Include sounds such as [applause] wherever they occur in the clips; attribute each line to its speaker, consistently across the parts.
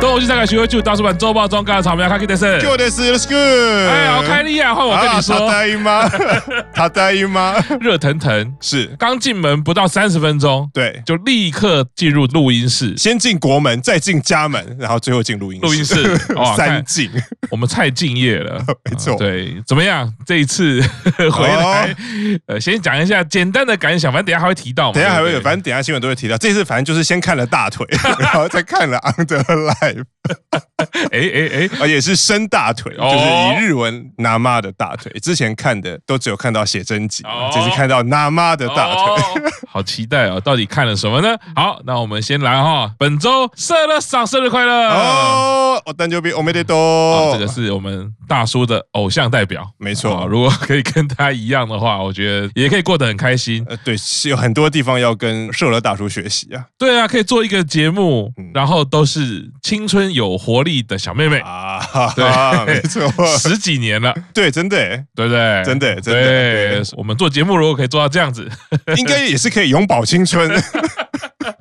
Speaker 1: 東北地产改学会就大叔版周报中干草莓开 K 的是，
Speaker 2: 今日ですよろしく。
Speaker 1: 哎，好开力啊！换我跟你
Speaker 2: 他
Speaker 1: 说，
Speaker 2: 答
Speaker 1: [laughs]
Speaker 2: 应吗？他答应吗？
Speaker 1: 热腾腾，
Speaker 2: 是
Speaker 1: 刚进门不到三十分钟，
Speaker 2: 对，
Speaker 1: 就立刻进入录音室，
Speaker 2: 先进国门，再进家门，然后最后进录音
Speaker 1: 录音
Speaker 2: [laughs]
Speaker 1: 室哇，
Speaker 2: 三
Speaker 1: 看
Speaker 2: 进。
Speaker 1: 我们太敬业了，
Speaker 2: [laughs] 没错哦
Speaker 1: 啊对，怎么样？这一次回来，呃，先讲一下简单的感想，反正等一下还会提到嘛，
Speaker 2: 等一下还
Speaker 1: 对不
Speaker 2: 会
Speaker 1: 对
Speaker 2: 有，反正等一下新闻都会提到。这次反正就是先看了
Speaker 1: [laughs]
Speaker 2: 大腿，然后再看了 Under Life，
Speaker 1: 哎哎哎，
Speaker 2: [laughs] 而且是伸大腿，
Speaker 1: 哦
Speaker 2: 就是以日文“拿妈”的大腿。之前看的都只有看到写真集
Speaker 1: 哦，
Speaker 2: 这次看到“拿妈”的大腿。
Speaker 1: 哦，好期待哦！到底看了什么呢？好，那我们先来哈、本周社乐赏生日快乐哦
Speaker 2: 哦，我单就比 o m e d
Speaker 1: 啊这个
Speaker 2: o
Speaker 1: 是我们大叔的偶像代表，
Speaker 2: 没
Speaker 1: 啊
Speaker 2: 错。
Speaker 1: 如果可以跟他一样的话，我觉得也可以过得很开心。
Speaker 2: 呃，对，是有很多地方要跟社乐大叔学习啊。
Speaker 1: 对啊，可以做一个节目，然后都是青春有活力的小妹妹，
Speaker 2: 嗯啊，
Speaker 1: [laughs]
Speaker 2: [laughs]
Speaker 1: 对
Speaker 2: 没
Speaker 1: [laughs]
Speaker 2: 错，
Speaker 1: 十几年了，
Speaker 2: 对，真的欸耶，
Speaker 1: 对不对？
Speaker 2: 真的真的
Speaker 1: 对
Speaker 2: 对，
Speaker 1: 我们做节目如果可以做到这样子，
Speaker 2: 应该也是可以永葆青春
Speaker 1: [laughs]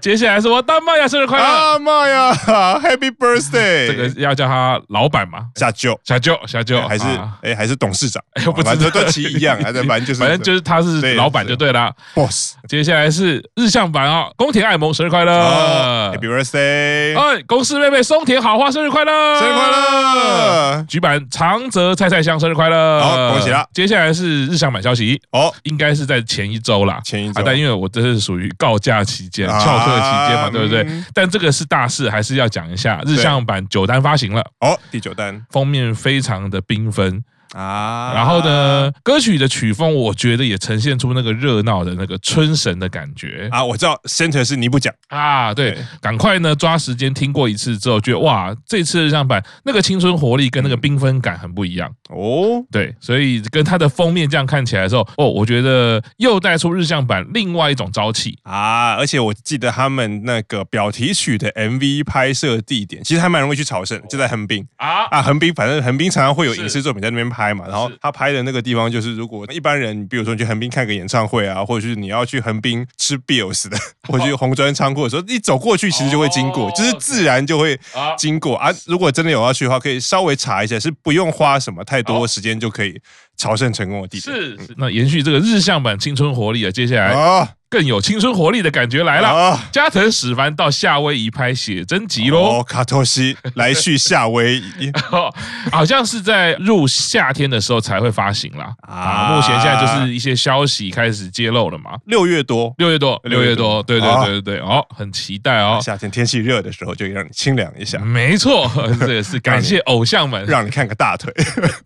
Speaker 1: 接下来是我大妈呀，生日快乐！
Speaker 2: 啊！妈呀，Happy Birthday！
Speaker 1: 这个要叫他老板嘛，
Speaker 2: 下舅。
Speaker 1: 小舅，小舅
Speaker 2: 还是
Speaker 1: 啊
Speaker 2: 哎，还是董事长，
Speaker 1: 哎，我不知道
Speaker 2: 反正都齐一样，
Speaker 1: [laughs]
Speaker 2: 反正反正就是
Speaker 1: 反正就是啊他是
Speaker 2: 对
Speaker 1: 老板就对了。
Speaker 2: boss。
Speaker 1: 接下来是日向版哦，宫田爱萌生日快乐
Speaker 2: 啊！Happy Birthday！
Speaker 1: 哎，公司妹妹松田好花生日快乐！
Speaker 2: 生日快！乐！
Speaker 1: 局版长泽菜菜香生日快乐！
Speaker 2: 好恭喜啦！
Speaker 1: 接下来是日向版消息。
Speaker 2: 哦，
Speaker 1: 应该是在前一周啦，
Speaker 2: 前一周
Speaker 1: 啊但因为我这是属于告假期间、
Speaker 2: 啊
Speaker 1: 翘课期间嘛，对不对
Speaker 2: 嗯？
Speaker 1: 但这个是大事，还是要讲一下。日向版九单发行了，
Speaker 2: 哦，第九单
Speaker 1: 封面非常的缤纷，
Speaker 2: 啊
Speaker 1: 然后？呢，歌曲的曲风我觉得也呈现出那个热闹的那个春神的感觉
Speaker 2: 啊，我知道 center 是你不讲，
Speaker 1: 啊，对
Speaker 2: 对，
Speaker 1: 赶快呢抓时间听过一次之后，觉得哇，这次的日向版那个青春活力跟那个缤纷感很不一样，
Speaker 2: 哦，
Speaker 1: 对，所以跟它的封面这样看起来的时候，哦，我觉得又带出日向版另外一种朝气。
Speaker 2: 啊，而且我记得他们那个表题曲的 MV 拍摄地点，其实还蛮容易去朝圣，就在横滨
Speaker 1: 啊
Speaker 2: 啊。横滨反正横滨常常会有影
Speaker 1: 是
Speaker 2: 视作品在那边拍嘛，然后
Speaker 1: 是
Speaker 2: 他拍的那个地方就是，如果一般人，比如说你去横滨看个演唱会啊，或者是你要去横滨吃 Bills 的，或者去红砖仓库的时候，一走过去其实就会经过，
Speaker 1: 哦
Speaker 2: 就是自然就会
Speaker 1: 啊
Speaker 2: 经过啊。如果真的有要去的话，可以稍微查一下，是不用花什么太多时间就可以朝圣成功的地点。
Speaker 1: 是，那延续这个日向版青春活力啊，接下来
Speaker 2: 啊，
Speaker 1: 更有青春活力的感觉来了。
Speaker 2: 啊
Speaker 1: 加藤史帆到夏威夷拍写真集喽。
Speaker 2: 哦，卡托西来去夏威夷
Speaker 1: 哦， [laughs] 好像是在入夏天的时候才会发行啦。啊，目前现在就是一些消息开始揭露了嘛。
Speaker 2: 六月多，
Speaker 1: 六月多，六
Speaker 2: 六
Speaker 1: 月
Speaker 2: 月
Speaker 1: 多，
Speaker 2: 多
Speaker 1: 对对
Speaker 2: 啊
Speaker 1: 对对对，哦，很期待哦。
Speaker 2: 夏天天气热的时候就让你清凉一下，
Speaker 1: 没错， [laughs] 这个是感谢偶像们。
Speaker 2: 让你看个大腿。 [laughs]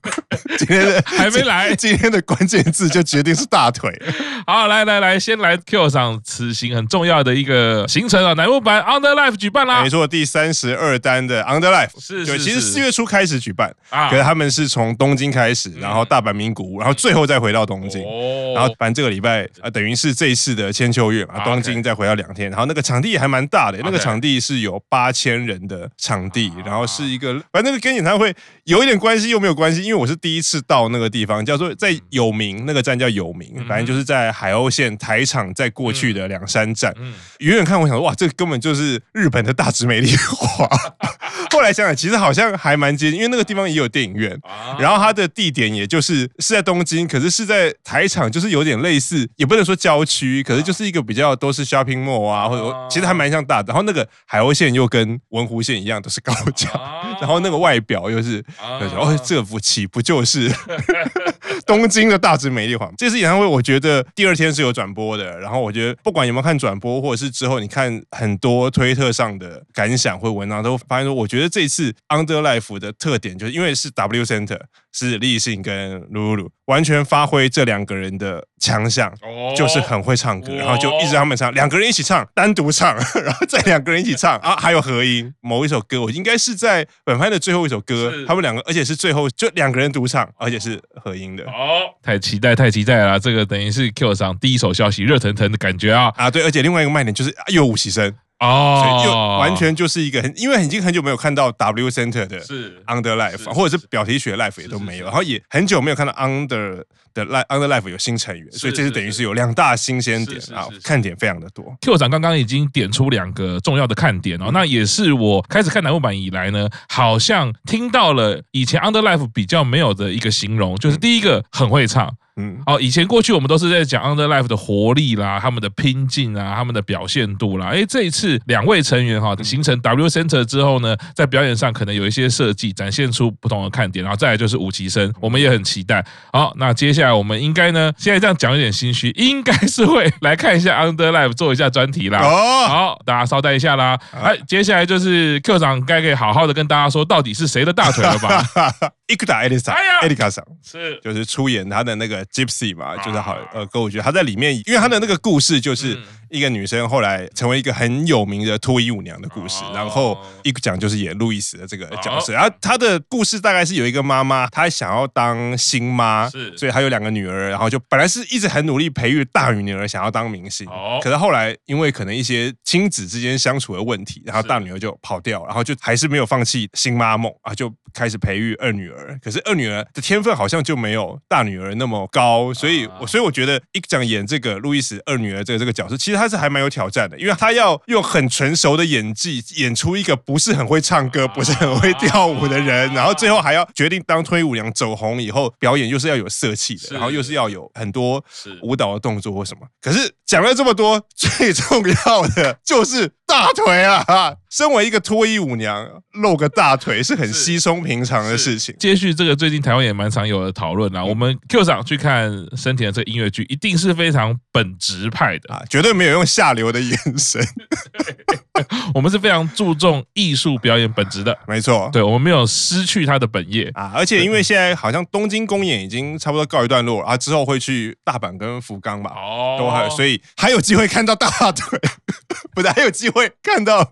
Speaker 2: 今天的
Speaker 1: [laughs] 还没来
Speaker 2: 今天的关键字就决定是大
Speaker 1: [laughs]
Speaker 2: 腿。
Speaker 1: 好，来来来，先来 Q 上此行很重要的一个行程啊，南木版 Under Life 举办啦
Speaker 2: 没。错，第三十二单的 Underlife
Speaker 1: 啊是
Speaker 2: 对，
Speaker 1: 是
Speaker 2: 其实
Speaker 1: 是
Speaker 2: 四月初开始举办，
Speaker 1: 啊嗯
Speaker 2: 可是他们是从东京开始，然后大阪名古屋，然后最后再回到东京。
Speaker 1: 哦
Speaker 2: 然后反正这个礼拜啊、呃等于是这一次的千秋月嘛，
Speaker 1: 啊
Speaker 2: 东
Speaker 1: OK
Speaker 2: 京再回到两天，然后那个场地也还蛮大的，那
Speaker 1: OK
Speaker 2: 个
Speaker 1: 啊
Speaker 2: 场地是有八千人的场地，然后是一个反正那个跟演唱会有一点关系又没有关系，因为我是第一次到那个地方，叫做在有名那个站叫有名，
Speaker 1: 嗯
Speaker 2: 反正就是在海鸥线台场再过去的两山站，
Speaker 1: 嗯
Speaker 2: 远远看我想说哇，这根本就是日本的大直美丽华。 [laughs] 后来想想，其实好像还蛮接近，因为那个地方也有电影院，
Speaker 1: 啊
Speaker 2: 然后它的地点也就是是在东京，可是是在台场，就是有点类似，也不能说郊区，可是就是一个比较都是 shopping mall 啊，或者其实还蛮像大的。然后那个海鸥线又跟文湖线一样，都是高架，
Speaker 1: 啊
Speaker 2: 然后那个外表又是，
Speaker 1: 啊
Speaker 2: 就是哦，这不岂不就是 [laughs] 东京的大直美丽华？这次演唱会我觉得第二天是有转播的，然后我觉得不管有没有看转播，或者是之后你看很多推特上的感想或文章，都发现说，我觉得这次 Underlife 的特点就是因为是 W Center 是立信跟露露完全发挥这两个人的强项。
Speaker 1: 哦
Speaker 2: 就是很会唱歌，
Speaker 1: 哦
Speaker 2: 然后就一直让他们唱，两个人一起唱，单独唱， [laughs] 然后再两个人一起唱啊，还有合音。某一首歌，我应该是在本番的最后一首歌
Speaker 1: 是，
Speaker 2: 他们两个，而且是最后就两个人独唱，而且是合音的
Speaker 1: 好，哦太期待，太期待了啦！这个等于是 Q 上第一手消息，热腾腾的感觉啊！
Speaker 2: 啊。对，而且另外一个卖点就是啊又有五喜生所以
Speaker 1: 哦，
Speaker 2: 就完全就是一个很，因为已经很久没有看到 W Center 的
Speaker 1: 是
Speaker 2: Under
Speaker 1: 是
Speaker 2: Life，
Speaker 1: 是
Speaker 2: 或者是表题曲 Life 也
Speaker 1: 是
Speaker 2: 都没
Speaker 1: 是
Speaker 2: 有，然后也很久没有看到 Under 的 Life Under Life 有新成员，所以
Speaker 1: 是
Speaker 2: 这次
Speaker 1: 是
Speaker 2: 等于
Speaker 1: 是
Speaker 2: 是有两大新鲜
Speaker 1: 是
Speaker 2: 点
Speaker 1: 是
Speaker 2: 啊
Speaker 1: 是，是
Speaker 2: 看点非常的多。
Speaker 1: Q 长刚刚已经点出两个重要的看点哦，那也是我开始看南木版以来呢，好像听到了以前 Underlife 比较没有的一个形容，就是第一个很会唱
Speaker 2: 嗯，
Speaker 1: 哦，以前过去我们都是在讲 Underlife 的活力啦、他们的拼劲啊、他们的表现度啦，诶，这一次两位成员哈、形成 W Center 之后呢，在表演上可能有一些设计，展现出不同的看点，然后再来就是武其生，我们也很期待。好，那接下来我们应该呢，现在这样讲有点心虚，应该是会来看一下 Underlife 做一下专题啦。
Speaker 2: 哦，
Speaker 1: 好，大家稍待一下啦。哎，接下来就是 Q 长该可以好好的跟大家说，到底是谁的大腿了吧？
Speaker 2: [laughs] 伊克达艾丽莎
Speaker 1: 哎呀，
Speaker 2: 艾丽卡桑。
Speaker 1: 是
Speaker 2: 就是出演他的那个 Gypsy 嘛，就是好
Speaker 1: 啊
Speaker 2: 呃歌舞剧，他在里面，因为他的那个故事就是
Speaker 1: 嗯
Speaker 2: 一个女生后来成为一个很有名的脱衣舞娘的故事
Speaker 1: 哦，
Speaker 2: 然后一讲就是演路易斯的这个角色，然后他的故事大概是有一个妈妈，她想要当新妈，
Speaker 1: 是
Speaker 2: 所以她有两个女儿，然后就本来是一直很努力培育大女儿想要当明星
Speaker 1: 哦，
Speaker 2: 可是后来因为可能一些亲子之间相处的问题，然后
Speaker 1: 是
Speaker 2: 大女儿就跑掉，然后就还是没有放弃新妈梦啊，就开始培育二女儿。可是二女儿的天分好像就没有大女儿那么高，所以
Speaker 1: 啊
Speaker 2: 我所以我觉得一讲演这个路易斯二女儿这个这个角色，其实她是还蛮有挑战的，因为她要用很成熟的演技演出一个不是很会唱歌、不是很会跳舞的人，然后最后还要决定当推舞娘走红以后，表演又是要有色气的，
Speaker 1: 是
Speaker 2: 然后又是要有很多
Speaker 1: 是
Speaker 2: 舞蹈的动作或什么。可是讲了这么多，最重要的就是大腿啊！身为一个脱衣舞娘，露个大腿是很
Speaker 1: 是
Speaker 2: 稀松平常的事情。
Speaker 1: 接续这个，最近台湾也蛮常有的讨论
Speaker 2: 嗯
Speaker 1: 啦。我们 Q 长去看森田的这个音乐剧，一定是非常本职派的。
Speaker 2: 啊，绝对没有用下流的眼神，
Speaker 1: 我们是非常注重艺术表演本质的，
Speaker 2: 没错。
Speaker 1: 对我们没有失去它的本业。
Speaker 2: 啊，而且因为现在好像东京公演已经差不多告一段落了，啊，之后会去大阪跟福冈吧，
Speaker 1: 哦
Speaker 2: 都还有，所以还有机会看到大腿， [laughs] 不是还有机会看到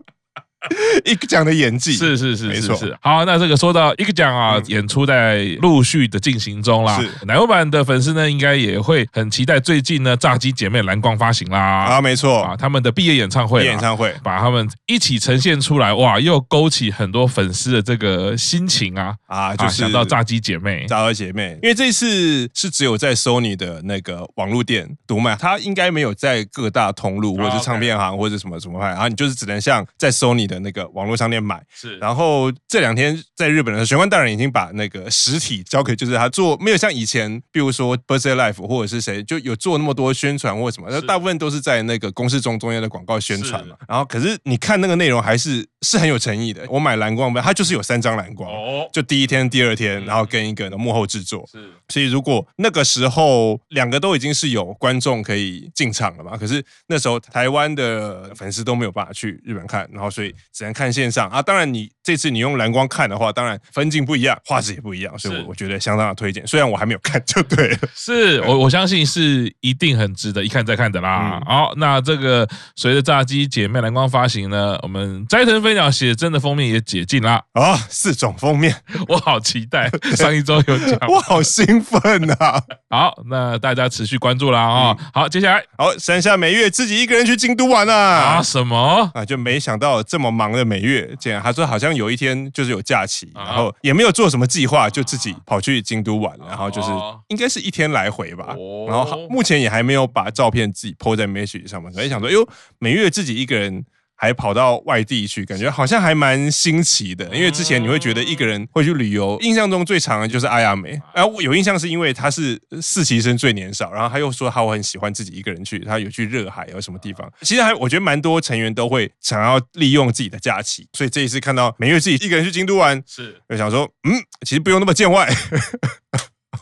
Speaker 2: 一个讲的演技，
Speaker 1: 是是是
Speaker 2: 没
Speaker 1: 是
Speaker 2: 错嗯
Speaker 1: 是，好，那这个说到一个奖啊，演出在陆续的进行中啦。
Speaker 2: 是
Speaker 1: 奶油版的粉丝呢，应该也会很期待最近呢炸鸡姐妹蓝光发行啦，
Speaker 2: 啊，没错
Speaker 1: 啊，，他们的毕业演唱会啦
Speaker 2: 演唱会
Speaker 1: 把他们一起呈现出来，哇，又勾起很多粉丝的这个心情啊，
Speaker 2: 啊，
Speaker 1: 啊
Speaker 2: 就是
Speaker 1: 想到炸鸡姐妹，
Speaker 2: 大二姐妹，因为这次是只有在 Sony 的那个网络店独卖，它应该没有在各大通路
Speaker 1: 哦
Speaker 2: 或者是唱片行或者什么什么派，然后你就是只能像在 Sony 的那个网络商店买。
Speaker 1: 是
Speaker 2: 然后这两天在日本的时候玄关大人已经把那个实体交给，就是他做没有像以前，比如说 Birthday Life 或者是谁就有做那么多宣传或什么，那
Speaker 1: 是
Speaker 2: 大部分都是在那个公式中中央的广告宣传嘛
Speaker 1: 是。
Speaker 2: 然后可是你看那个内容还是是很有诚意的，我买蓝光吧，它就是有三张蓝光。
Speaker 1: 哦，
Speaker 2: 就第一天、第二天，
Speaker 1: 嗯
Speaker 2: 然后跟一个的幕后制作。
Speaker 1: 是
Speaker 2: 所以如果那个时候两个都已经是有观众可以进场了嘛，可是那时候台湾的粉丝都没有办法去日本看，然后所以只能看线上啊。当然你这次你用蓝光看的话，当然分镜不一样，画质也不一样，所以
Speaker 1: 是
Speaker 2: 我我觉得相当的推荐。虽然我还没有看就对了， [laughs]
Speaker 1: 是我我相信是一定很值得一看再看的
Speaker 2: 嗯
Speaker 1: 啦。好，那这个随着炸鸡姐妹蓝光发行呢，我们斋藤飞鸟写真的封面也解禁啦， [laughs]
Speaker 2: 啊、四种封面，
Speaker 1: 我好期待。上一周有讲，
Speaker 2: 我好兴奋啊呐、
Speaker 1: 好，那大家持续关注啦啊、哦
Speaker 2: 嗯
Speaker 1: 好，接下来
Speaker 2: 好，山下美月自己一个人去京都玩
Speaker 1: 啊什么？
Speaker 2: 啊，就没想到这么忙的每月，竟然他说好像有一天就是有假期，
Speaker 1: 啊
Speaker 2: 然后也没有做什么计划，就自己跑去京都玩，然后就是
Speaker 1: 哦
Speaker 2: 应该是一天来回吧。
Speaker 1: 哦
Speaker 2: 然后目前也还没有把照片自己 PO 在 Message 上面，所以想说，哎呦，每月自己一个人。还跑到外地去，感觉好像还蛮新奇的。因为之前你会觉得一个人会去旅游，印象中最长的就是阿亚美。然后我有印象是因为他是呃四期生最年少，然后他又说他我很喜欢自己一个人去，他有去热海有什么地方。其实还我觉得蛮多成员都会想要利用自己的假期，所以这一次看到每月自己一个人去京都玩，
Speaker 1: 是
Speaker 2: 就想说，嗯，其实不用那么见外。 [laughs]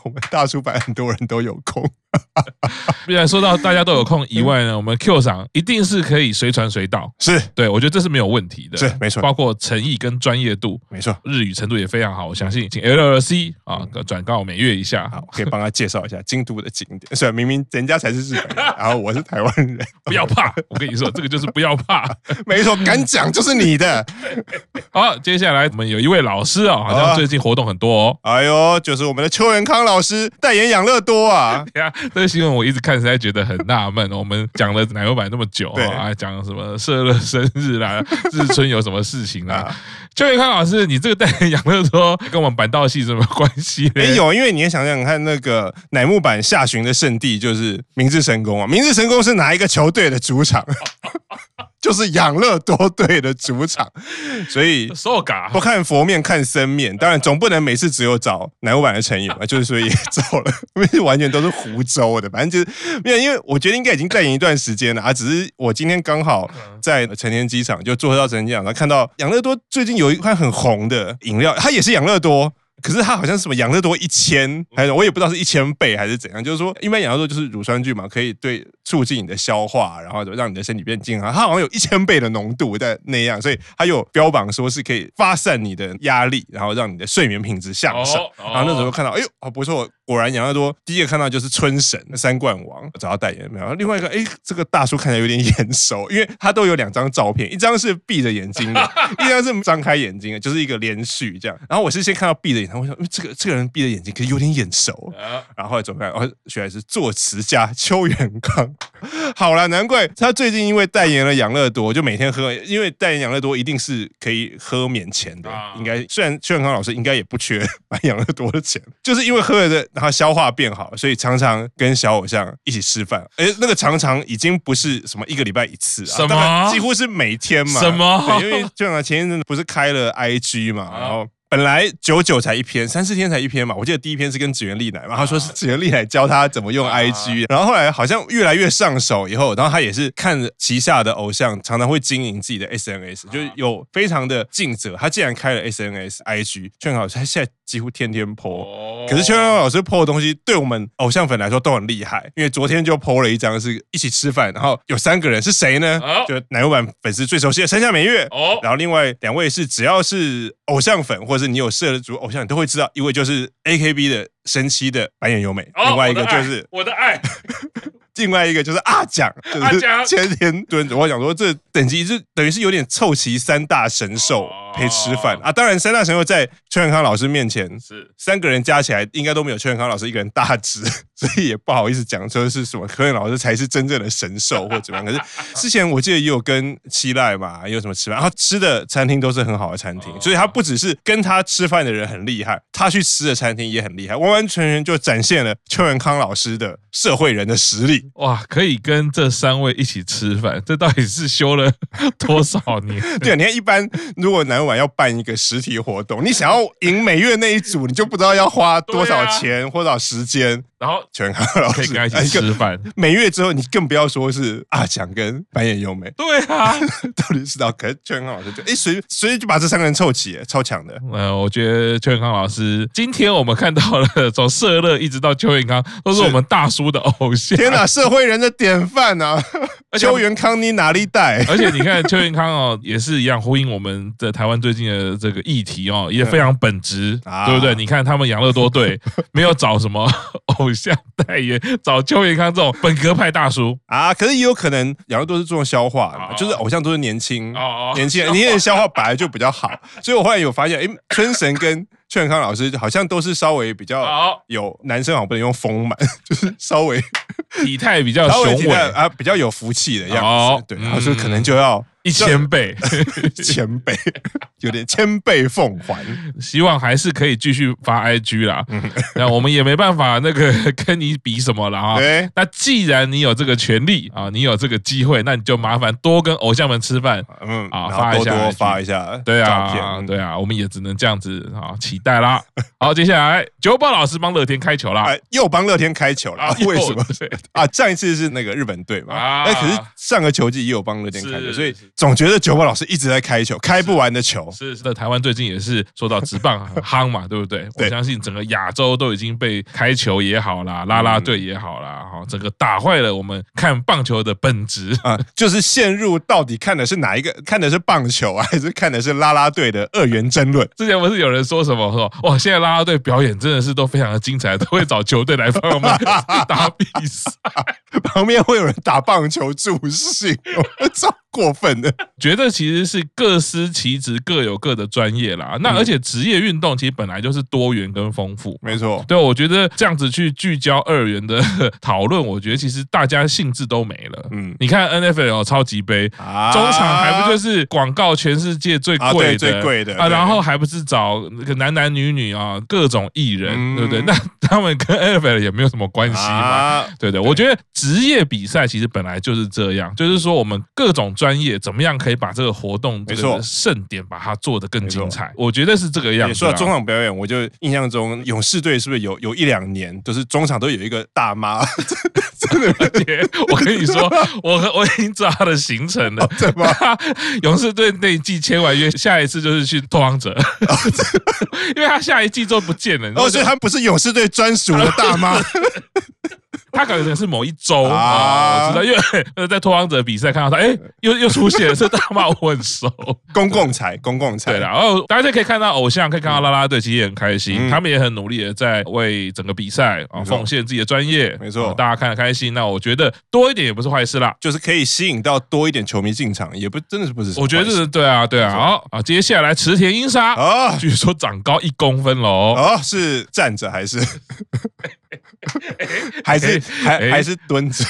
Speaker 2: 我们大叔版很多人都有空。
Speaker 1: 既然说到大家都有空
Speaker 2: 嗯
Speaker 1: 以外呢，我们 Q 赏一定是可以随传随到。
Speaker 2: 是
Speaker 1: 对，我觉得这是没有问题的，
Speaker 2: 是没错
Speaker 1: 包括诚意跟专业度，
Speaker 2: 没错，
Speaker 1: 日语程度也非常好，我相信请 LLC 啊转告美月一下。
Speaker 2: 嗯好，可以帮他介绍一下京都的景点。虽然明明人家才是日本人，然后我是台湾人， [laughs]
Speaker 1: 不要怕，我跟你说，这个就是不要怕。
Speaker 2: 没错，敢讲就是你的。
Speaker 1: 好，接下来我们有一位老师哦，好
Speaker 2: 好啊
Speaker 1: 像最近活动很多哦。
Speaker 2: 哎呦，就是我们的邱元康老师代言养乐多啊，
Speaker 1: [laughs] 等一下这个新闻我一直看，实在觉得很纳闷。哦我们讲了奶油版那么久
Speaker 2: 对
Speaker 1: 啊，讲什么社乐生日
Speaker 2: [laughs]
Speaker 1: 啦，日春有什么事情啦
Speaker 2: 啊？
Speaker 1: 邱元康老师，你这个代言养乐多跟我们板道系什么关系？
Speaker 2: 没，哎有，因为你也想想看，那个乃木坂下旬的圣地就是明治神宫啊。明治神宫是哪一个球队的主场？ [laughs] 就是养乐多队的主场，所以
Speaker 1: 受嘎
Speaker 2: [laughs] 不。看佛面看僧面。当然，总不能每次只有找乃木坂的成员嘛，就是所以也找了， [laughs] 因为完全都是湖州的。反正就是没有，因为我觉得应该已经代言一段时间了啊，只是我今天刚好在成田机场就坐车到成田机场，然后看到养乐多最近有一款很红的饮料，它也是养乐多。可是它好像是什么养乐多一千，还有我也不知道是一千倍还是怎样，就是说一般养乐多就是乳酸菌嘛，可以对促进你的消化，然后让你的身体变健康。它好像有一千倍的浓度在那样，所以它有标榜说是可以发散你的压力，然后让你的睡眠品质向上。
Speaker 1: 哦哦
Speaker 2: 然后那时候看到，哎呦，好不错，果然养乐多第一个看到就是春神三冠王找他代言，然后另外一个，哎，这个大叔看起来有点眼熟，因为他都有两张照片，一张是闭着眼睛的，一张是张开眼睛的，就是一个连续这样。然后我是先看到闭着眼睛，我想，嗯这个这个人闭着眼睛，可是有点眼熟。
Speaker 1: 啊
Speaker 2: 然后后来怎么看？哦，原来是作词家邱元康。好啦，难怪他最近因为代言了养乐多，就每天喝，因为代言养乐多一定是可以喝免钱的，
Speaker 1: 啊
Speaker 2: 应该虽然邱元康老师应该也不缺 [laughs] 买养乐多的钱，就是因为喝了的，然后消化变好，所以常常跟小偶像一起吃饭，而那个常常已经不是什么一个礼拜一次啊，
Speaker 1: 什么
Speaker 2: 大概几乎是每天嘛，
Speaker 1: 什么
Speaker 2: 对因为邱元康前一阵子不是开了 IG 嘛，
Speaker 1: 啊
Speaker 2: 然后。本来九九才一篇，三四天才一篇嘛。我记得第一篇是跟指原丽乃嘛，他说是指原丽乃教他怎么用
Speaker 1: 啊
Speaker 2: IG，、然后后来好像越来越上手以后，然后他也是看着旗下的偶像常常会经营自己的 SNS，、就是
Speaker 1: 啊
Speaker 2: 有非常的尽责。他竟然开了 SNS IG，劝好他现在几乎天天 po，、
Speaker 1: 哦
Speaker 2: 可是邱亮老师 PO 的东西，对我们偶像粉来说都很厉害，因为昨天就 PO 了一张是一起吃饭，然后有三个人是谁呢
Speaker 1: 哦？
Speaker 2: 就奶油版粉丝最熟悉的山下美月，
Speaker 1: 哦
Speaker 2: 然后另外两位是只要是偶像粉或者是你有涉足偶像，你都会知道，一位就是 AKB 的神七的白眼优美，
Speaker 1: 哦
Speaker 2: 另外一个
Speaker 1: 我的
Speaker 2: 就
Speaker 1: 爱
Speaker 2: 是
Speaker 1: 我的爱，
Speaker 2: 另外一个就是阿蒋，就
Speaker 1: 阿
Speaker 2: 是
Speaker 1: 蒋
Speaker 2: 千田敦子。我想说，这等级是等于是有点凑齐三大神兽
Speaker 1: 哦
Speaker 2: 陪吃饭啊。当然，三大神兽在邱永康老师面前
Speaker 1: 是
Speaker 2: 三个人加起来应该都没有邱元康老师一个人大只， [laughs] 所以也不好意思讲说是什么柯元老师才是真正的神兽
Speaker 1: [laughs]
Speaker 2: 或怎么样。可是之前我记得也有跟七濑嘛，也有什么吃饭，然后吃的餐厅都是很好的餐厅
Speaker 1: 哦，
Speaker 2: 所以他不只是跟他吃饭的人很厉害，他去吃的餐厅也很厉害，完完全全就展现了邱元康老师的社会人的实力。
Speaker 1: 哇，可以跟这三位一起吃饭，这到底是修了多少年？
Speaker 2: [laughs] 对啊，你看一般如果南晚要办一个实体活动，
Speaker 1: [laughs]
Speaker 2: 你想要赢每月那一组，你就不知道要花多少
Speaker 1: 对啊
Speaker 2: 钱、或多少时间。
Speaker 1: 然后
Speaker 2: 邱元康老师
Speaker 1: 可以跟他
Speaker 2: 哎
Speaker 1: 一起
Speaker 2: 个
Speaker 1: 吃饭。
Speaker 2: 每月之后，你更不要说是阿强跟白眼优美， [laughs]
Speaker 1: 对啊，
Speaker 2: 到底是到可是邱元康老师就哎随随就把这三个人凑齐，哎超强的。 [laughs]
Speaker 1: 呃，我觉得邱永康老师，今天我们看到了从社乐一直到邱永康，都是
Speaker 2: 是
Speaker 1: 我们大叔的偶像。
Speaker 2: 天
Speaker 1: [laughs]
Speaker 2: 哪，社会人的典范呐、啊！
Speaker 1: 而且我呃
Speaker 2: 邱元康，你哪里带？
Speaker 1: 而且你看邱永康哦，也是一样呼应我们的台湾最近的这个议题哦，也非常本职，
Speaker 2: 啊
Speaker 1: 对不对？你看他们养乐多队
Speaker 2: [laughs]
Speaker 1: 没有找什么偶像代言，找邱永康这种本格派大叔
Speaker 2: 啊，可是也有可能养乐多是注重消化的嘛，
Speaker 1: 哦
Speaker 2: 就是偶像都是年轻，
Speaker 1: 哦
Speaker 2: 年轻人，你也消化本来就比较好，所以我后来有发现，哎，春神跟邱元康老师好像都是稍微比较
Speaker 1: 哦好，
Speaker 2: 有男生好像不能用丰满， [laughs] 就是稍微
Speaker 1: 体态比较
Speaker 2: 稍微
Speaker 1: 哦雄
Speaker 2: 体
Speaker 1: 伟
Speaker 2: 态，啊比较有福气的样
Speaker 1: 哦
Speaker 2: 子，对，然后就可能就要。
Speaker 1: 一千倍， [laughs]
Speaker 2: 前辈， [laughs] 有点千倍奉还。
Speaker 1: 希望还是可以继续发 IG 啦。
Speaker 2: 嗯
Speaker 1: 那我们也没办法那个 [laughs] 跟你比什么了 [laughs]
Speaker 2: [laughs]
Speaker 1: 啊。
Speaker 2: 对
Speaker 1: 那既然你有这个权利啊，你有这个机会，那你就麻烦多跟偶像们吃饭。
Speaker 2: 嗯，
Speaker 1: 啊
Speaker 2: 然
Speaker 1: 发
Speaker 2: 后
Speaker 1: 一
Speaker 2: 多
Speaker 1: 下
Speaker 2: 多
Speaker 1: IG
Speaker 2: 发一下
Speaker 1: 对
Speaker 2: 照
Speaker 1: 啊，
Speaker 2: 片，
Speaker 1: 对啊，我们也只能这样子啊，期待啦。好，接下来九宝老师帮乐天开球啦。
Speaker 2: 哎，又帮乐天开球了，
Speaker 1: 啊，
Speaker 2: 为什么？
Speaker 1: 对
Speaker 2: 啊，上一次是那个日本队
Speaker 1: 啊
Speaker 2: 嘛，那可是上个球季也有帮乐天开球，
Speaker 1: 是
Speaker 2: 所以
Speaker 1: 是是
Speaker 2: 总觉得九宝老师一直在开球，开不完的球。
Speaker 1: 是是的，台湾最近也是说到职棒很夯嘛，对不对？我
Speaker 2: 对
Speaker 1: 相信整个亚洲都已经被开球也好啦，啦啦队也好啦，哈，整个打坏了我们看棒球的本质。
Speaker 2: 啊，就是陷入到底看的是哪一个？看的是棒球啊，还是看的是啦啦队的二元争论？ [laughs]
Speaker 1: 之前不是有人说什么说哇，现在啦啦队表演真的是都非常的精彩，都会找球队来帮我们打比赛。
Speaker 2: 旁边会有人打棒球助兴，我操！ [laughs] 过分的。
Speaker 1: 觉得其实是各司其职，各有各的专业啦。
Speaker 2: 嗯
Speaker 1: 那而且职业运动其实本来就是多元跟丰富。
Speaker 2: 没错，
Speaker 1: 对，我觉得这样子去聚焦二元的讨论，我觉得其实大家兴致都没了。
Speaker 2: 嗯，
Speaker 1: 你看 N F L 超级杯，
Speaker 2: 啊
Speaker 1: 中场还不就是广告全世界最
Speaker 2: 啊
Speaker 1: 贵
Speaker 2: 对
Speaker 1: 的，
Speaker 2: 最贵的
Speaker 1: 啊，
Speaker 2: 对
Speaker 1: 然后还不是找那个男男女女啊，各种艺人，
Speaker 2: 嗯
Speaker 1: 对不对？那他们跟 NFL 也没有什么关系嘛。
Speaker 2: 啊，
Speaker 1: 对对，我觉得职业比赛其实本来就是这样，就是说我们各种专业怎么样可以把这个活动这
Speaker 2: 没
Speaker 1: 个
Speaker 2: 错
Speaker 1: 盛典把它做得更精彩，我觉得是这个样
Speaker 2: 也
Speaker 1: 子啊
Speaker 2: 说
Speaker 1: 啦。
Speaker 2: 到中场表演，我就印象中勇士队是不是有有一两年都是中场都有一个大妈， [laughs]
Speaker 1: 姐， [laughs] 我跟你说，我我已经知道他的行程了。 [laughs]
Speaker 2: 对吧？
Speaker 1: 勇士队那一季签完约，下一次就是去拓荒
Speaker 2: [laughs]
Speaker 1: 者，因为他下一季就不见了。你知道
Speaker 2: 哦，所以他不是勇士队专属的大妈，
Speaker 1: [laughs] 他可能是某一周
Speaker 2: 啊
Speaker 1: 啊，我知道，因为呃在拓荒者比赛看到他，哎，又又出现了，这大妈我很熟。
Speaker 2: 公共财，公共财
Speaker 1: [laughs] 对啊啦，然后大家就可以看到偶像，可以看到啦啦队其实也很开心，
Speaker 2: 嗯
Speaker 1: 他们也很努力的在为整个比赛啊
Speaker 2: 没错
Speaker 1: 奉献自己的专业，
Speaker 2: 没错
Speaker 1: 啊大家看得开心，那我觉得多一点也不是坏事啦。
Speaker 2: 就是可以吸引到多一点球迷进场，也不真的是不是什么
Speaker 1: 我
Speaker 2: 坏事，
Speaker 1: 觉得这是对啊，对啊，好啊，接下来池田英沙
Speaker 2: 啊
Speaker 1: 据说长高一公分喽，
Speaker 2: 哦，是站着还是
Speaker 1: [laughs]
Speaker 2: 还是还
Speaker 1: 哎
Speaker 2: 还是蹲着？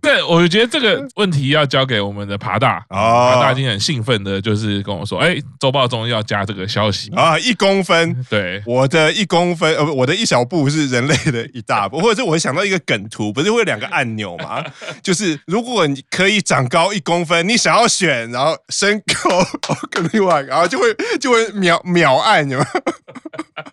Speaker 1: 对，我觉得这个问题要交给我们的爬大
Speaker 2: 哦
Speaker 1: 爬大今天很兴奋的，就是跟我说，哎，周报中要加这个消息，
Speaker 2: 啊，一公分。
Speaker 1: 对，
Speaker 2: 我的一公分，呃，不我的一小步是人类的一大步，或 [laughs] 者是我想到一个梗图，不是会有两个按钮
Speaker 1: [laughs]
Speaker 2: 吗？就是如果你可以长高一公分，你想要选，然后身高 [laughs] 跟另外一个，然后就会就会秒秒按，有没有？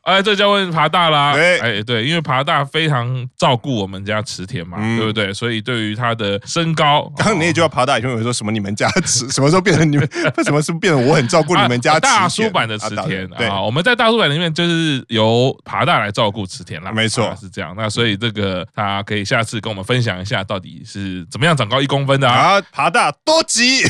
Speaker 1: 哎，这就要问爬大啦。
Speaker 2: 对
Speaker 1: 哎，对，因为爬大非常照顾我们家池田嘛，
Speaker 2: 嗯
Speaker 1: 对不对？所以对于他的身高，哦
Speaker 2: 刚刚你那句要爬大，就有说什么你们家吃， [laughs] 什么时候变成你们，什么时候变成我很照顾你们
Speaker 1: 啊
Speaker 2: 家
Speaker 1: 大
Speaker 2: 池
Speaker 1: 叔
Speaker 2: 田
Speaker 1: 版的
Speaker 2: 啊
Speaker 1: 池
Speaker 2: 大
Speaker 1: 田
Speaker 2: 对，
Speaker 1: 啊，我们在大叔版里面就是由爬大来照顾池田啦，
Speaker 2: 没错
Speaker 1: 啊是这样。那所以这个他可以下次跟我们分享一下，到底是怎么样长高一公分的啊？
Speaker 2: 啊，爬大多吉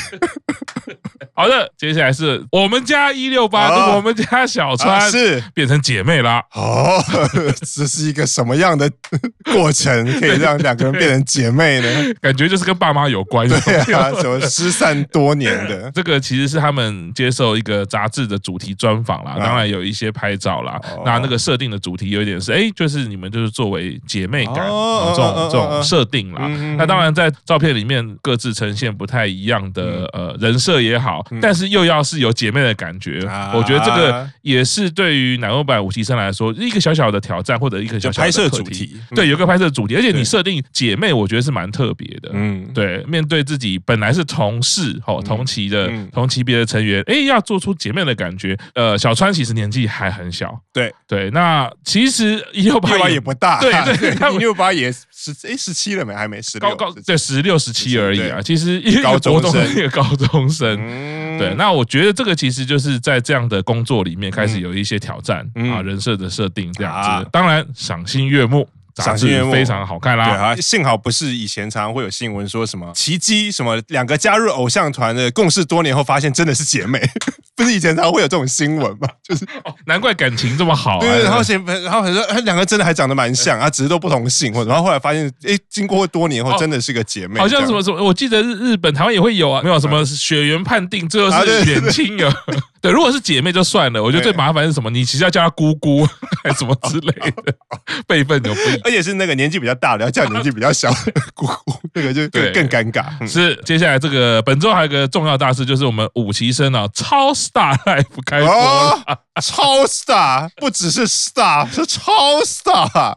Speaker 1: 好的，接下来是我们家一六八
Speaker 2: 啊
Speaker 1: 跟我们家小川
Speaker 2: 啊是
Speaker 1: 变成姐妹啦。
Speaker 2: 哦， [laughs] 这是一个什么样的过程可以让两个人变成姐妹呢？
Speaker 1: 感觉就是跟爸妈有关，
Speaker 2: 对 [laughs] 啊，什么失散多年
Speaker 1: [laughs]
Speaker 2: 的
Speaker 1: 这个其实是他们接受一个杂志的主题专访啦，
Speaker 2: 啊
Speaker 1: 当然有一些拍照啦
Speaker 2: 哦。
Speaker 1: 那那个设定的主题有一点是，哎，就是你们就是作为姐妹感
Speaker 2: 哦
Speaker 1: 啊这
Speaker 2: 哦
Speaker 1: 种
Speaker 2: 哦
Speaker 1: 这
Speaker 2: 哦
Speaker 1: 种设定啦
Speaker 2: 嗯嗯嗯。
Speaker 1: 那当然在照片里面各自呈现不太一样的
Speaker 2: 嗯
Speaker 1: 呃人设也好，但是又要是有姐妹的感觉
Speaker 2: 啊，
Speaker 1: 我觉得这个也是对于奶油版武器生来说一个小小的挑战或者一个小小的
Speaker 2: 拍摄
Speaker 1: 课
Speaker 2: 主题嗯
Speaker 1: 对，有一个拍摄主题，而且
Speaker 2: 对
Speaker 1: 你设定姐妹，我觉得是蛮特别的，
Speaker 2: 嗯，
Speaker 1: 对，面对自己本来是同事哦，同期的、
Speaker 2: 嗯
Speaker 1: 同级别的成员，哎，要做出姐妹的感觉。呃，小川其实年纪还很小，
Speaker 2: 对
Speaker 1: 对，那其实一六
Speaker 2: 六
Speaker 1: 八
Speaker 2: 八也不大，
Speaker 1: 对对他
Speaker 2: 一
Speaker 1: 们
Speaker 2: 六八也十哎十七了没？还没十
Speaker 1: 高
Speaker 2: 六，
Speaker 1: 高
Speaker 2: 16
Speaker 1: 对十六十七而已啊，
Speaker 2: 对
Speaker 1: 其实一个
Speaker 2: 高中
Speaker 1: 国中生
Speaker 2: 生
Speaker 1: 一个高中生，
Speaker 2: 嗯
Speaker 1: 对，那我觉得这个其实就是在这样的工作里面开始有一些挑战、
Speaker 2: 嗯
Speaker 1: 啊，人设的设定这样子。
Speaker 2: 啊
Speaker 1: 当然，赏心悦目，杂
Speaker 2: 赏心
Speaker 1: 志
Speaker 2: 悦目
Speaker 1: 非常好看啦。
Speaker 2: 对啊，幸好不是以前常常会有新闻说什么奇迹，什么两个加入偶像团的共事多年后发现真的是姐妹， [laughs] 不是以前常常会有这种新闻吗？就是
Speaker 1: 难怪感情这么好、啊。
Speaker 2: 对对，然后前然后很多哎两个真的还长得蛮像啊，只是都不同姓，或者然后后来发现，哎，经过多年
Speaker 1: 哦
Speaker 2: 后真的是个姐妹，
Speaker 1: 好像什么
Speaker 2: 这样
Speaker 1: 什么，我记得日日本、台湾也会有啊，没有什么血缘判定，最后
Speaker 2: 啊
Speaker 1: 是
Speaker 2: 对
Speaker 1: 远亲啊。 [laughs] 对，如果是姐妹就算了，我觉得最
Speaker 2: 对
Speaker 1: 麻烦是什么？你其实要叫她姑
Speaker 2: [laughs]
Speaker 1: 姑还是什么之类的，辈分有不一样。
Speaker 2: 而且是那个年纪比较大的，要叫年纪比较小的姑姑，那个就
Speaker 1: 对
Speaker 2: 更更尴尬。嗯
Speaker 1: 是，接下来这个本周还有个重要大事，就是我们五期生啊，超 star life 开播了。
Speaker 2: 哦，超 star 不只是 star，是超 star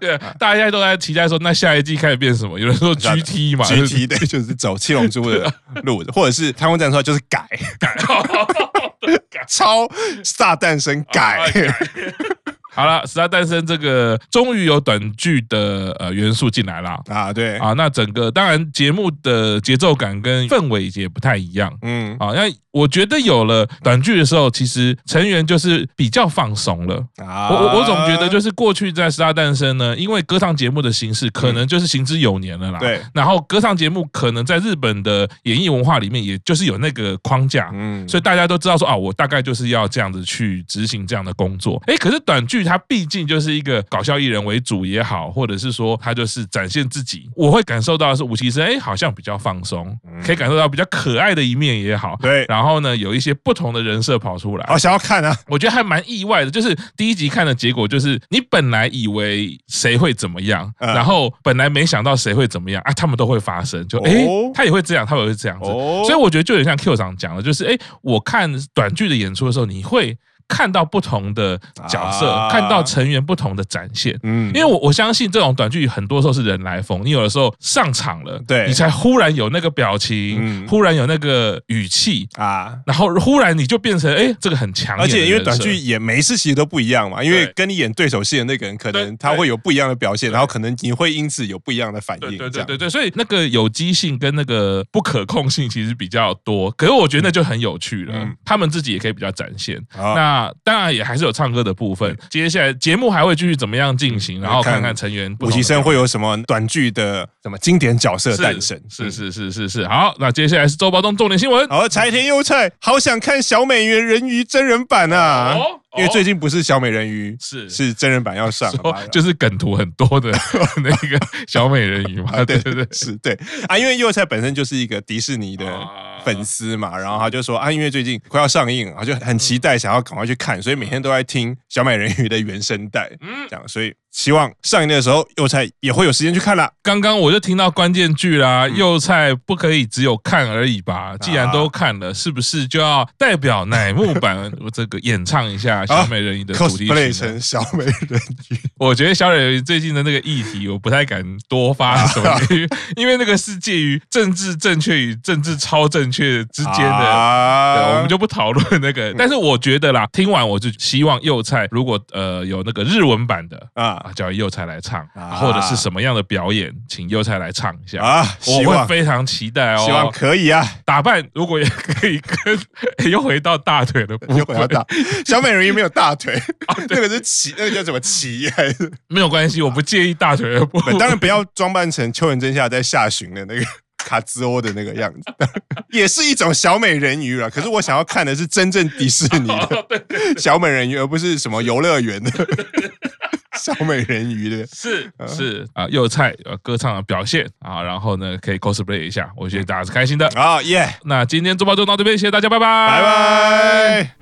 Speaker 1: 对，大家都在期待说，那下一季开始变什么？有人说 GT 嘛
Speaker 2: GT 对，就是走七龙珠的路子，或者是太空战说就是改
Speaker 1: 改。
Speaker 2: 超 star 诞生哦改，
Speaker 1: [laughs] 好了，《十大诞生》这个终于有短剧的呃元素进来啦。
Speaker 2: 啊，对，
Speaker 1: 啊，那整个当然节目的节奏感跟氛围也不太一样。
Speaker 2: 嗯
Speaker 1: 啊，那我觉得有了短剧的时候，其实成员就是比较放松了。
Speaker 2: 啊
Speaker 1: 我我我总觉得就是过去在《十大诞生》呢，因为歌唱节目的形式可能就是行之有年了啦。
Speaker 2: 嗯对。
Speaker 1: 然后歌唱节目可能在日本的演艺文化里面，也就是有那个框架。
Speaker 2: 嗯
Speaker 1: 所以大家都知道说啊，我大概就是要这样子去执行这样的工作。诶，可是短剧剧它毕竟就是一个搞笑艺人为主也好，或者是说它就是展现自己，我会感受到的是吴奇生，哎，好像比较放松，可以感受到比较可爱的一面也好。
Speaker 2: 嗯对
Speaker 1: 然后呢，有一些不同的人设跑出来，
Speaker 2: 好想要看啊，
Speaker 1: 我觉得还蛮意外的，就是第一集看的结果就是你本来以为谁会怎么样，
Speaker 2: 嗯
Speaker 1: 然后本来没想到谁会怎么样啊，他们都会发生，就诶，
Speaker 2: 哦
Speaker 1: 他也会这样，他也会这样子，
Speaker 2: 哦
Speaker 1: 所以我觉得就有点像 Q 长讲的，就是诶，我看短剧的演出的时候，你会看到不同的角色，
Speaker 2: 啊
Speaker 1: 看到成员不同的展现。
Speaker 2: 嗯
Speaker 1: 因，为我我相信这种短剧很多时候是人来疯，你有的时候上场了，
Speaker 2: 对
Speaker 1: 你才忽然有那个表情，
Speaker 2: 嗯
Speaker 1: 忽然有那个语气，
Speaker 2: 啊。
Speaker 1: 然后忽然你就变成哎、诶这个很强烈
Speaker 2: 而
Speaker 1: 的人设，
Speaker 2: 且因为短剧演每一次其实都不一样嘛，因为
Speaker 1: 对
Speaker 2: 跟你演对手戏的那个人可
Speaker 1: 对
Speaker 2: 能他会有不一样的表现，然后可能你会因此有不一样的反
Speaker 1: 对
Speaker 2: 应。
Speaker 1: 对
Speaker 2: 这
Speaker 1: 对
Speaker 2: 样
Speaker 1: 对对，所以那个有机性跟那个不可控性其实比较多，可是我觉得那就很有趣了。
Speaker 2: 嗯
Speaker 1: 他们自己也可以比较展现。
Speaker 2: 好
Speaker 1: 那当然也还是有唱歌的部分。接下来节目还会继续怎么样进
Speaker 2: 嗯
Speaker 1: 行，然后看看成员不
Speaker 2: 武
Speaker 1: 同的
Speaker 2: 其生会有什么短剧的什么经典角色
Speaker 1: 是
Speaker 2: 诞生？嗯
Speaker 1: 是是是是是。好，那接下来是周报中重点新闻。
Speaker 2: 好，柴田优菜，好想看小美人人鱼真人版啊！
Speaker 1: 哦
Speaker 2: 因为最近不是小美人鱼，
Speaker 1: 是
Speaker 2: 是真人版要上了
Speaker 1: 说
Speaker 2: 嘛，
Speaker 1: 就是梗图很多
Speaker 2: [laughs]
Speaker 1: 的那个小美人鱼嘛，
Speaker 2: 啊，
Speaker 1: 对
Speaker 2: 对
Speaker 1: 对
Speaker 2: 对
Speaker 1: 对
Speaker 2: 对，，是对啊，因为幼菜本身就是一个迪士尼的
Speaker 1: 啊
Speaker 2: 粉丝嘛，然后他就说啊，因为最近快要上映，啊，就很期待，想要赶快去看，所以每天都在听小美人鱼的原声带，
Speaker 1: 嗯
Speaker 2: 这样，所以希望上映的时候幼菜也会有时间去看啦。
Speaker 1: 刚刚我就听到关键句啦，
Speaker 2: 嗯
Speaker 1: 幼菜不可以只有看而已
Speaker 2: 啊
Speaker 1: 吧？既然都看了，是不是就要代表乃木坂我这个演唱一下小美人鱼
Speaker 2: [laughs]
Speaker 1: 的主题曲
Speaker 2: 啊 cosplay
Speaker 1: 呢？
Speaker 2: 成小美人鱼，
Speaker 1: 我觉得小美人鱼最近的那个议题，我不太敢多发什
Speaker 2: [laughs]
Speaker 1: 么，因为因为那个是介于政治正确与政治超正确之间的。对，
Speaker 2: 啊嗯
Speaker 1: 我们就不讨论那个，但是我觉得啦，听完我就希望幼菜如果呃有那个日文版的
Speaker 2: 啊
Speaker 1: 啊，叫幼菜来唱，
Speaker 2: 啊
Speaker 1: 或者是什么样的表演，请幼菜来唱一下
Speaker 2: 啊，希
Speaker 1: 我会
Speaker 2: 望
Speaker 1: 非常期待哦。
Speaker 2: 希望可以啊，
Speaker 1: 打扮如果也可以跟、 [laughs] 又回到大腿的部
Speaker 2: [laughs] 又回
Speaker 1: 分，
Speaker 2: 到大 [laughs] 哦小美人鱼没有大 [laughs] 腿，那个是鳍，那个叫什么鳍还是？
Speaker 1: 没有关系，我不介意大腿的部
Speaker 2: 不
Speaker 1: 分。
Speaker 2: 当然不要装扮成秋元真夏在下旬的那个 [laughs] 卡兹欧的那个样子， [laughs] 也是一种小美人鱼啊。可是我想要看的是真正迪士 [laughs] 尼的小美人鱼，而不是什么游乐园的 [laughs] 小美人鱼的。
Speaker 1: 是是啊，幼菜呃歌唱的表现啊，然后呢可以 cosplay 一下，我觉得大家是开心的。
Speaker 2: 啊耶，
Speaker 1: 那今天周报就到这边，谢谢大家，拜拜，
Speaker 2: 拜。拜。